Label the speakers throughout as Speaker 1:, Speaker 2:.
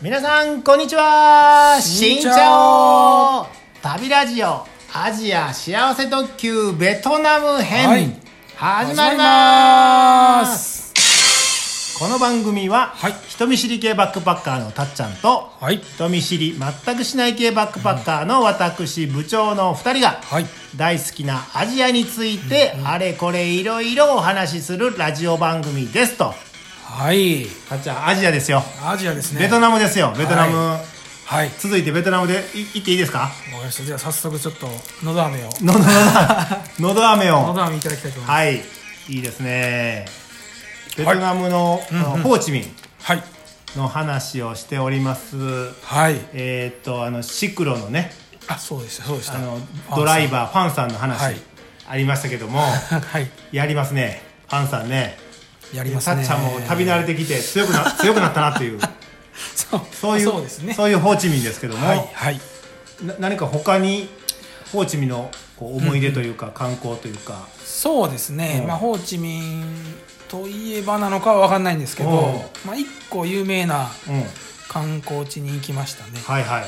Speaker 1: 皆さんこんにちは
Speaker 2: し
Speaker 1: 新
Speaker 2: ん
Speaker 1: ち
Speaker 2: ち
Speaker 1: ゃ
Speaker 2: ゃ
Speaker 1: お旅ラジオアジア幸せ特急ベトナム編、
Speaker 2: はい
Speaker 1: 始まりま
Speaker 2: 始まりますす
Speaker 1: この番組は、
Speaker 2: はい
Speaker 1: 人見知り系バックパッカーのたっちゃんと、
Speaker 2: はい
Speaker 1: 人見知り全くしない系バックパッカーの私部長の2人が、
Speaker 2: はい
Speaker 1: 大好きなアジアについて、あれこれいろいろお話しするラジオ番組ですと
Speaker 2: はい
Speaker 1: たっちゃんアジアですよ、
Speaker 2: アジアですね
Speaker 1: ベトナムですよベトナム、
Speaker 2: ははい
Speaker 1: 続いてベトナムでい行っていいですか
Speaker 2: わかりましたじゃあ早速ちょっとのど飴を
Speaker 1: のどのどのど飴
Speaker 2: の
Speaker 1: を
Speaker 2: ど飴いただきたいと思いま
Speaker 1: はいいいですねベトナムの、あのホーチミン
Speaker 2: すはい
Speaker 1: の話をしております
Speaker 2: はい
Speaker 1: えーっとあのシクロのね
Speaker 2: あそうでしたそうでした
Speaker 1: あのドライバーファンさんの
Speaker 2: は
Speaker 1: 話
Speaker 2: い
Speaker 1: ありましたけども、
Speaker 2: ー はい
Speaker 1: やりますねファンさんね
Speaker 2: やります
Speaker 1: さ
Speaker 2: ね
Speaker 1: っちゃんも旅慣れてきて強く な強くなったなっていう
Speaker 2: そう
Speaker 1: そういう
Speaker 2: そうですね
Speaker 1: そういうホーチミンですけども、
Speaker 2: はいはい
Speaker 1: な何か他にホーチミンのこう思い出というか、観光というか
Speaker 2: そうですね、
Speaker 1: うん
Speaker 2: まあ、ホーチミンといえばなのかは分かんないんですけど、
Speaker 1: うん
Speaker 2: まあ、1個有名な
Speaker 1: うん
Speaker 2: 観光地に行きましたね、
Speaker 1: はいはい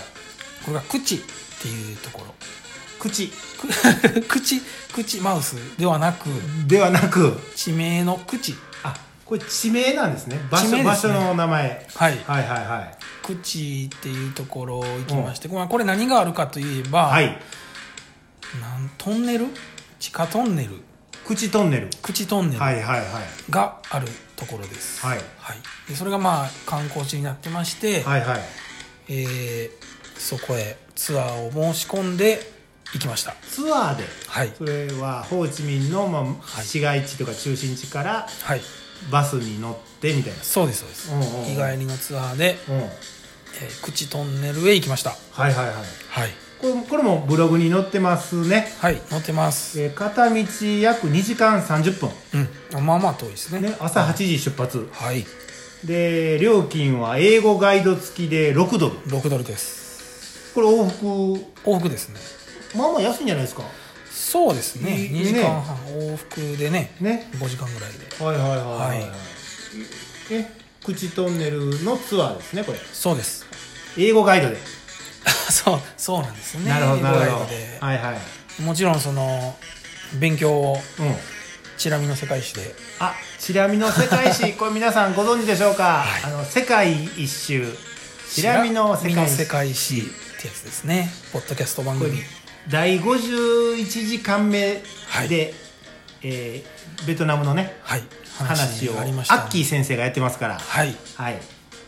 Speaker 2: これがクチっていうところ
Speaker 1: 口
Speaker 2: く クチクチマウスではなく
Speaker 1: ではなく
Speaker 2: 地名のクチ
Speaker 1: あこれ地名なんですね場所
Speaker 2: 地名ですね
Speaker 1: 場所の名前
Speaker 2: はい
Speaker 1: はいはいはい
Speaker 2: クチっていうところ行きまして、まあ、これ何があるかといえば、
Speaker 1: はい
Speaker 2: なんトンネル地下トンネル
Speaker 1: 口トンネル
Speaker 2: クチトンネ
Speaker 1: は
Speaker 2: ル
Speaker 1: いはいはい
Speaker 2: があるところです、
Speaker 1: はい
Speaker 2: でそれがまあ観光地になってまして、
Speaker 1: はいはい
Speaker 2: えーそこへツアーを申し込んで行きました
Speaker 1: ツアーで
Speaker 2: はい
Speaker 1: それはホーチミンの、まあ、
Speaker 2: い
Speaker 1: 市街地とか中心地から
Speaker 2: はい
Speaker 1: バスに乗ってみたい
Speaker 2: そうですそうです
Speaker 1: うんうんうん
Speaker 2: 日帰りのツアーで、
Speaker 1: なうんはい
Speaker 2: えー、口トンネルへ行きました
Speaker 1: はいはい
Speaker 2: はい
Speaker 1: これこれもブログに載ってますね
Speaker 2: はい乗ってます
Speaker 1: えー片道約2時間30分
Speaker 2: うんまあまあ遠いですね
Speaker 1: ね、朝8時出発
Speaker 2: はい
Speaker 1: で料金は英語ガイド付きで6ドル
Speaker 2: 6ドルです
Speaker 1: これ往復
Speaker 2: 往復ですね
Speaker 1: まあまあ安いんじゃないですか
Speaker 2: そうですね
Speaker 1: いいね
Speaker 2: 2時間半、往復でね
Speaker 1: ね
Speaker 2: 5時間ぐらいで
Speaker 1: はいはいはいはい、
Speaker 2: はい
Speaker 1: え口トンネルのツアーですねこれ
Speaker 2: そうです
Speaker 1: 英語ガイドで、
Speaker 2: そうそうなんですよね
Speaker 1: なるほどなるほど
Speaker 2: ガイドで
Speaker 1: はいはい
Speaker 2: もちろんその勉強を
Speaker 1: うん
Speaker 2: チラ見の世界史で
Speaker 1: あチラ見の世界 史これ皆さんご存知でしょうか、
Speaker 2: はい
Speaker 1: あの世界一周チラ見の世界
Speaker 2: チラ見の
Speaker 1: 史
Speaker 2: 世界史ってやつですねポッドキャスト番
Speaker 1: これ
Speaker 2: 組
Speaker 1: 第51時間目で、
Speaker 2: はい
Speaker 1: えーベトナムのね
Speaker 2: はい
Speaker 1: 話を
Speaker 2: あ
Speaker 1: ア
Speaker 2: りました
Speaker 1: ッキー先生がやってますから、
Speaker 2: はい
Speaker 1: はい、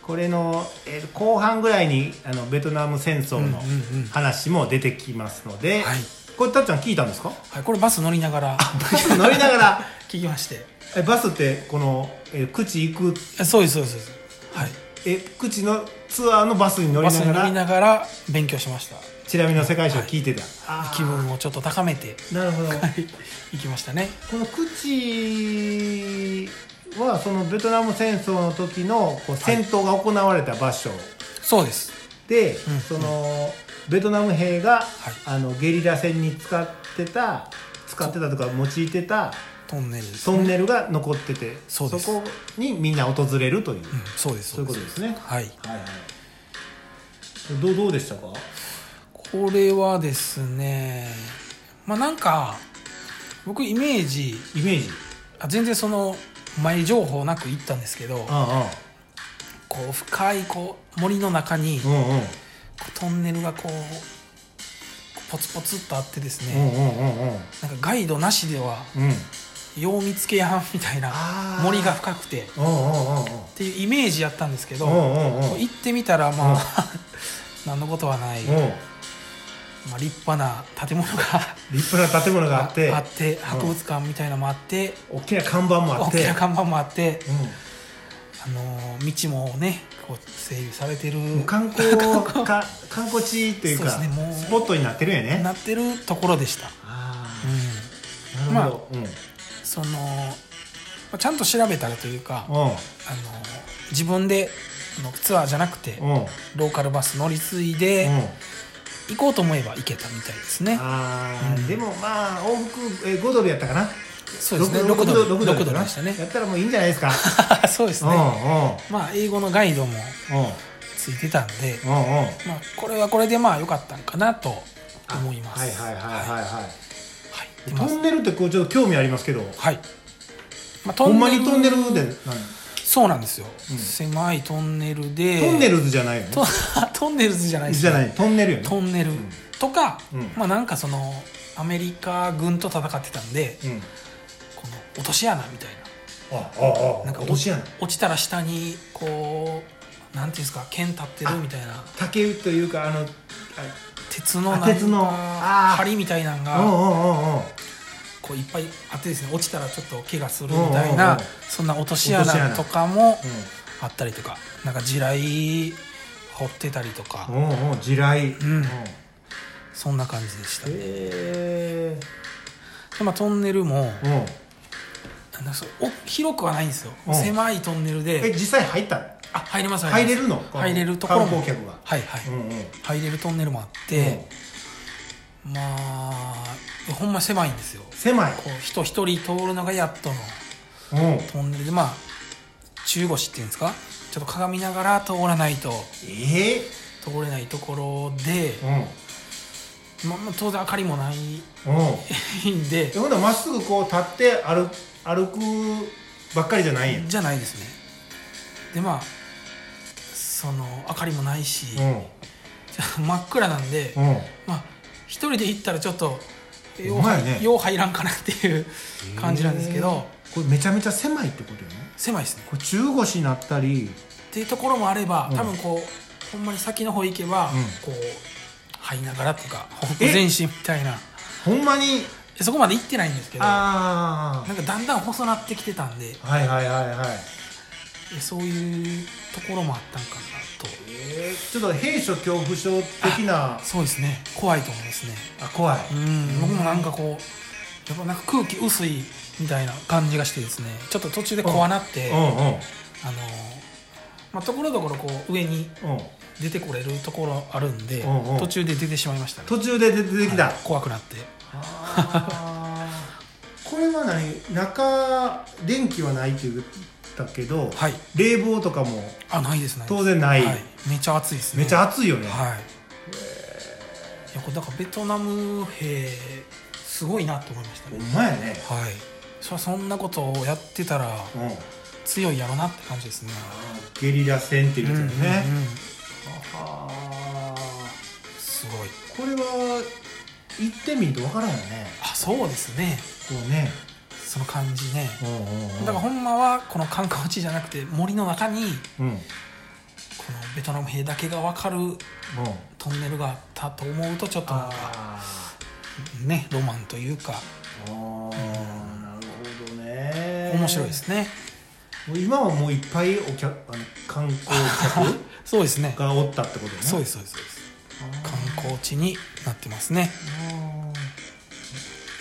Speaker 1: これの、えー後半ぐらいにあのベトナム戦争の
Speaker 2: うんうんうん
Speaker 1: 話も出てきますので、
Speaker 2: はい
Speaker 1: これたっちゃん聞いたんですか
Speaker 2: はいこれバス乗りながら
Speaker 1: バス乗りながら
Speaker 2: 聞きまして
Speaker 1: えバスってこの、えー、口行く
Speaker 2: えそうですそうですそうですはい
Speaker 1: え口のツアーのバスに乗り
Speaker 2: バス
Speaker 1: な
Speaker 2: 乗り
Speaker 1: がら
Speaker 2: ながら勉強しました
Speaker 1: チラ見の世界史を聞いてた、あー
Speaker 2: 気分をちょっと高めて
Speaker 1: なるほど
Speaker 2: はい行きましたね
Speaker 1: この口はそのベトナム戦争の時のこう戦闘が行われた場所、
Speaker 2: そうです
Speaker 1: で、
Speaker 2: うん
Speaker 1: そのベトナム兵が、
Speaker 2: い
Speaker 1: あのゲリラ戦に使ってた使ってたとか用いてた
Speaker 2: トンネルです
Speaker 1: トンネルが残ってて、
Speaker 2: そうです
Speaker 1: こにみんな訪れるという、
Speaker 2: うんそうです
Speaker 1: そういうことですね
Speaker 2: は
Speaker 1: は
Speaker 2: い
Speaker 1: いはいどうどうでしたか
Speaker 2: これはですねまあなんか僕イメージ
Speaker 1: イメージ
Speaker 2: あ全然その前情報なく行ったんですけど
Speaker 1: あ
Speaker 2: こう深いこう森の中に
Speaker 1: あうんうん
Speaker 2: トンネルがこうポツポツっとあってです
Speaker 1: う
Speaker 2: ね
Speaker 1: んうんうんうん
Speaker 2: なんかガイドなしでは
Speaker 1: うん
Speaker 2: よう見つけやんみたいな
Speaker 1: あー
Speaker 2: 森が深くてっ
Speaker 1: うんうんうん
Speaker 2: ていうイメージやったんですけど
Speaker 1: うんうんうん
Speaker 2: こう行ってみたらまあ 何のことはない、
Speaker 1: うんうん
Speaker 2: まあ、立派な建物が
Speaker 1: 立派な建物があって
Speaker 2: あって博物館みたいなのもあって、
Speaker 1: 大きな看板もあっ
Speaker 2: 大
Speaker 1: て
Speaker 2: きな看板もあって、
Speaker 1: う
Speaker 2: あのー道もねこう整備されてる
Speaker 1: ん、もう観光か観光地というか
Speaker 2: そうですねもう
Speaker 1: スポットになってるんやね
Speaker 2: なってるところでした、
Speaker 1: あ
Speaker 2: うん
Speaker 1: あ、なるほど、
Speaker 2: そのまあちゃんと調べたらというか、あの
Speaker 1: う
Speaker 2: ー自分であのツアーじゃなくて、
Speaker 1: んうんうん
Speaker 2: ローカルバス乗り継いで、
Speaker 1: うん
Speaker 2: 行こうと思えば行けたみたいですね
Speaker 1: ああ、
Speaker 2: うん
Speaker 1: でもまあ往復えー5ドルやったかな
Speaker 2: そうですね
Speaker 1: 六
Speaker 2: 6ドル
Speaker 1: 六
Speaker 2: 6ドルでしたね
Speaker 1: やったらもういいんじゃないですか
Speaker 2: そうです
Speaker 1: うん
Speaker 2: ね
Speaker 1: うん
Speaker 2: まあ英語のガイドも
Speaker 1: うん
Speaker 2: ついてたんで、
Speaker 1: うんうんはい
Speaker 2: まあ、これはこれでまあ良かったんかなと思います
Speaker 1: はいはいはいはい、
Speaker 2: はいでま
Speaker 1: トンネルってこうちょっと興味ありますけど
Speaker 2: はいまあ
Speaker 1: ほんまにトンネルでなん
Speaker 2: そうなんですよ、
Speaker 1: うん
Speaker 2: 狭いトンネルで
Speaker 1: トンネルズじゃないよね
Speaker 2: と トンネルズじゃないです
Speaker 1: じゃないトンネルよね
Speaker 2: トンネル
Speaker 1: ん
Speaker 2: とか、
Speaker 1: うん
Speaker 2: まあなんかそのアメリカ軍と戦ってたんで
Speaker 1: うん
Speaker 2: この落とし穴みたい
Speaker 1: あああ
Speaker 2: ななんか
Speaker 1: 落とし穴
Speaker 2: 落ちたら下にこうなんていうんですか剣立ってるみたいな
Speaker 1: 竹というかあのあ
Speaker 2: 鉄の
Speaker 1: あ
Speaker 2: なんか
Speaker 1: 鉄のあー
Speaker 2: 針みたいなん
Speaker 1: うん
Speaker 2: が
Speaker 1: うんうんうん
Speaker 2: こういっぱいあってですね落ちたらちょっと怪我するみたいな
Speaker 1: うんうんうん
Speaker 2: そんな落とし
Speaker 1: 落とし
Speaker 2: 穴
Speaker 1: 穴
Speaker 2: とかも
Speaker 1: う
Speaker 2: あったりとかなんか地雷掘ってたりとか
Speaker 1: んうんうん地雷
Speaker 2: ん
Speaker 1: うん
Speaker 2: そんな感じでしたね
Speaker 1: へ
Speaker 2: でまあトンネルも
Speaker 1: えうん
Speaker 2: なんかそうお広くはないんですよ
Speaker 1: うん
Speaker 2: 狭いトンネル
Speaker 1: え
Speaker 2: で
Speaker 1: 実際入ったの
Speaker 2: あ入れます
Speaker 1: 入れ
Speaker 2: ます
Speaker 1: るの
Speaker 2: 入れるところも
Speaker 1: 観光客が
Speaker 2: はいはい、
Speaker 1: うんうん
Speaker 2: 入れるトンネルもあって、まあほんま狭いんですよ
Speaker 1: 狭い
Speaker 2: こう人一人通るのがやっとの
Speaker 1: うん
Speaker 2: トンネルでまあ中腰っていうんですかちょっと鏡ながら通らないと
Speaker 1: ええ
Speaker 2: 通れないところで、まあまあ当然明かりもない
Speaker 1: うんうん
Speaker 2: んで
Speaker 1: えほんならまっすぐこう立って歩歩くばっかりじゃないんや
Speaker 2: じゃないですねでまあその明かりもないし、 真っ暗なんで、
Speaker 1: うんうん
Speaker 2: まあ一人で行ったらちょっとえ
Speaker 1: ほんまやね
Speaker 2: よう入らんかなっていう感じなんですけど、
Speaker 1: へえこれめちゃめちゃ狭いってことよね
Speaker 2: 狭いですね
Speaker 1: これ中腰になったり
Speaker 2: っていうところもあれば
Speaker 1: うん
Speaker 2: 多分こう、ほんまに先の方行けば、
Speaker 1: うん
Speaker 2: こう入りながらとかほふく前進みたいな
Speaker 1: ほんまに
Speaker 2: そこまで行ってないんですけどなんか
Speaker 1: あ
Speaker 2: だんだん細なってきてたんで
Speaker 1: あはいはいはいはい
Speaker 2: えそういうところもあったんかなと
Speaker 1: えーちょっと閉所恐怖症的な
Speaker 2: そうですね怖いと思いますね
Speaker 1: あ怖い
Speaker 2: うん僕もなんかこうやっぱなんか空気薄いみたいな感じがしてですねちょっと途中で怖なって、
Speaker 1: う
Speaker 2: あの
Speaker 1: んうん
Speaker 2: まあ、ところどころこう上に
Speaker 1: うん
Speaker 2: 出てこれるところあるんで、
Speaker 1: うんうん
Speaker 2: 途中で出てしまいましたね
Speaker 1: 途中で出てきた、
Speaker 2: はい怖くなって
Speaker 1: あーこれは何中電気はないって言ったけど、
Speaker 2: はい
Speaker 1: 冷房とかも
Speaker 2: あないですね
Speaker 1: 当然ない、
Speaker 2: めちゃ暑いですね
Speaker 1: めっちゃ暑いよね、
Speaker 2: はいいやこれなんかベトナム兵すごいなと思いました
Speaker 1: ほ
Speaker 2: ね
Speaker 1: んまやね
Speaker 2: はいそりゃそんなことをやってたら
Speaker 1: うんあ
Speaker 2: 強いやろなって感じですね
Speaker 1: ーゲリラ戦っていうやつよね、
Speaker 2: うんうんうん
Speaker 1: あ
Speaker 2: すごい
Speaker 1: ーこれは行ってみると分からんよね
Speaker 2: あそうですね
Speaker 1: こうね
Speaker 2: その感じね
Speaker 1: うんうんうん
Speaker 2: だからほんまはこの観光地じゃなくて森の中に
Speaker 1: うんうん
Speaker 2: このベトナム兵だけが分かるトンネルがあったと思うとちょっとなんか
Speaker 1: あー
Speaker 2: ねロマンというか
Speaker 1: あーなるほどね
Speaker 2: 面白いですね
Speaker 1: もう今はもういっぱいお客あの観光
Speaker 2: そうですね
Speaker 1: 客がおったってことね
Speaker 2: そうですすそうですそうです観光地になってますね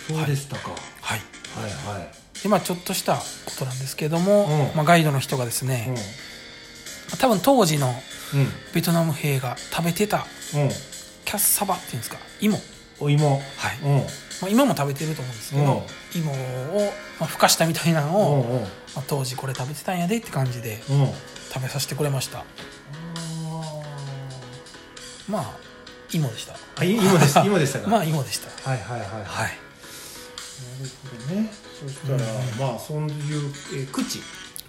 Speaker 1: そうでしたか、は
Speaker 2: はい
Speaker 1: い、はい
Speaker 2: でまあちょっとしたことなんですけど
Speaker 1: う
Speaker 2: も、
Speaker 1: ん
Speaker 2: まあ、ガイドの人がですね、多分当時の
Speaker 1: うん
Speaker 2: ベトナム兵が食べてた
Speaker 1: うんうん
Speaker 2: キャッサバっていうんですか芋、はい
Speaker 1: お芋うん
Speaker 2: まあ、今も食べてると思うんですけど、芋を、まあ、ふかしたみたいなのを、
Speaker 1: う
Speaker 2: ま
Speaker 1: んうん
Speaker 2: あ、当時これ食べてたんやでって感じで
Speaker 1: うん
Speaker 2: 食べさせてくれましたまあ芋でした
Speaker 1: あい芋 です芋でしたか、
Speaker 2: まあ芋でした
Speaker 1: はいはいはい
Speaker 2: はい
Speaker 1: なるほどねそしたら、
Speaker 2: うん
Speaker 1: まあそういう、えー、口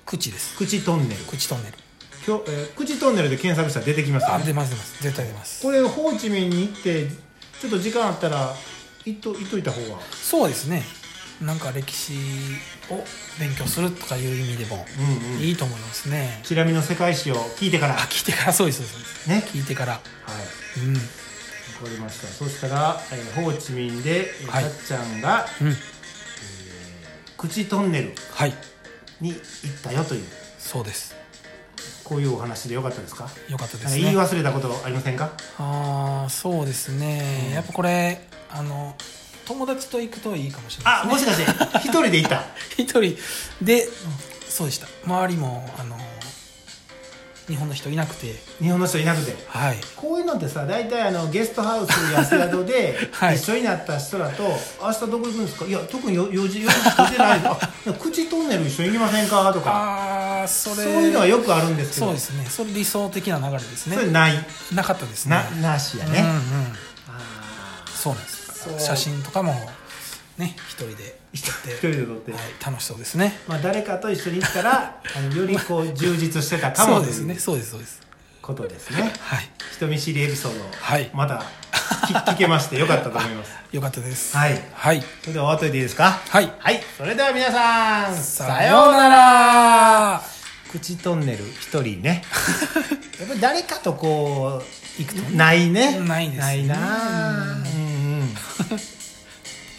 Speaker 2: 口です
Speaker 1: 口トンネル
Speaker 2: 口トンネル
Speaker 1: きょ、えー、口トンネルで検索したら出てきますよ
Speaker 2: あ
Speaker 1: ね
Speaker 2: 出ます出ます絶対出ます
Speaker 1: これホーチミンに行ってちょっと時間あったら行っと行っといた方が
Speaker 2: そうですねなんか歴史を勉強するとかいう意味でも
Speaker 1: うん
Speaker 2: いいと思いますね、
Speaker 1: チラ見の世界史を聞いてから
Speaker 2: あ聞いてからそうですそうです
Speaker 1: ね
Speaker 2: 聞いてから
Speaker 1: はい
Speaker 2: うん
Speaker 1: わかりましたそしたら、えーホーチミンで、えー
Speaker 2: はい
Speaker 1: たっちゃんが、
Speaker 2: うん
Speaker 1: えー口トンネル
Speaker 2: はい
Speaker 1: に行ったよという
Speaker 2: そうです
Speaker 1: こういうお話でよかったですか
Speaker 2: よかったです
Speaker 1: 言い
Speaker 2: ね
Speaker 1: 忘れたことありませんか
Speaker 2: ああそうですね、
Speaker 1: うん
Speaker 2: やっぱこれあの友達と行くといいかもしれない
Speaker 1: あもしかして 一人で行った
Speaker 2: 一人でそうでした周りもあの日本の人いなくて
Speaker 1: 日本の人いなくて
Speaker 2: はい
Speaker 1: こういうのってさ大体あのゲストハウスや宿で
Speaker 2: はい
Speaker 1: 一緒になった人らと「明日どこ行くんですか?」いや特によ用事用事してないあ 口トンネル一緒に行きませんか?」とか
Speaker 2: ああそれ
Speaker 1: そういうのはよくあるんですけど
Speaker 2: そうですねそれ理想的な流れですね
Speaker 1: それない
Speaker 2: なかったですね
Speaker 1: ななしや
Speaker 2: うんうん
Speaker 1: ね、あー
Speaker 2: そうなんです
Speaker 1: そう
Speaker 2: 写真とかもね一人で
Speaker 1: 一
Speaker 2: 撮っ
Speaker 1: 人
Speaker 2: て、
Speaker 1: で撮って、
Speaker 2: はい、楽しそうですね
Speaker 1: まあ、誰かと一緒に行ったらあのよりこう充実してたか
Speaker 2: そ
Speaker 1: も
Speaker 2: う
Speaker 1: と
Speaker 2: です
Speaker 1: い
Speaker 2: ね
Speaker 1: う
Speaker 2: そうですそうです
Speaker 1: ことですね
Speaker 2: はい
Speaker 1: 人見知りエピソード、
Speaker 2: はい
Speaker 1: また聞聞けましてよかったと思います
Speaker 2: よかったです
Speaker 1: はい
Speaker 2: はい
Speaker 1: それでは終わっといていいですか
Speaker 2: はい
Speaker 1: はいそれでは皆さん
Speaker 2: さようなら
Speaker 1: 口トンネル一人ねやっぱり誰かとこう行くとないね
Speaker 2: ないですね
Speaker 1: ないなあうんうん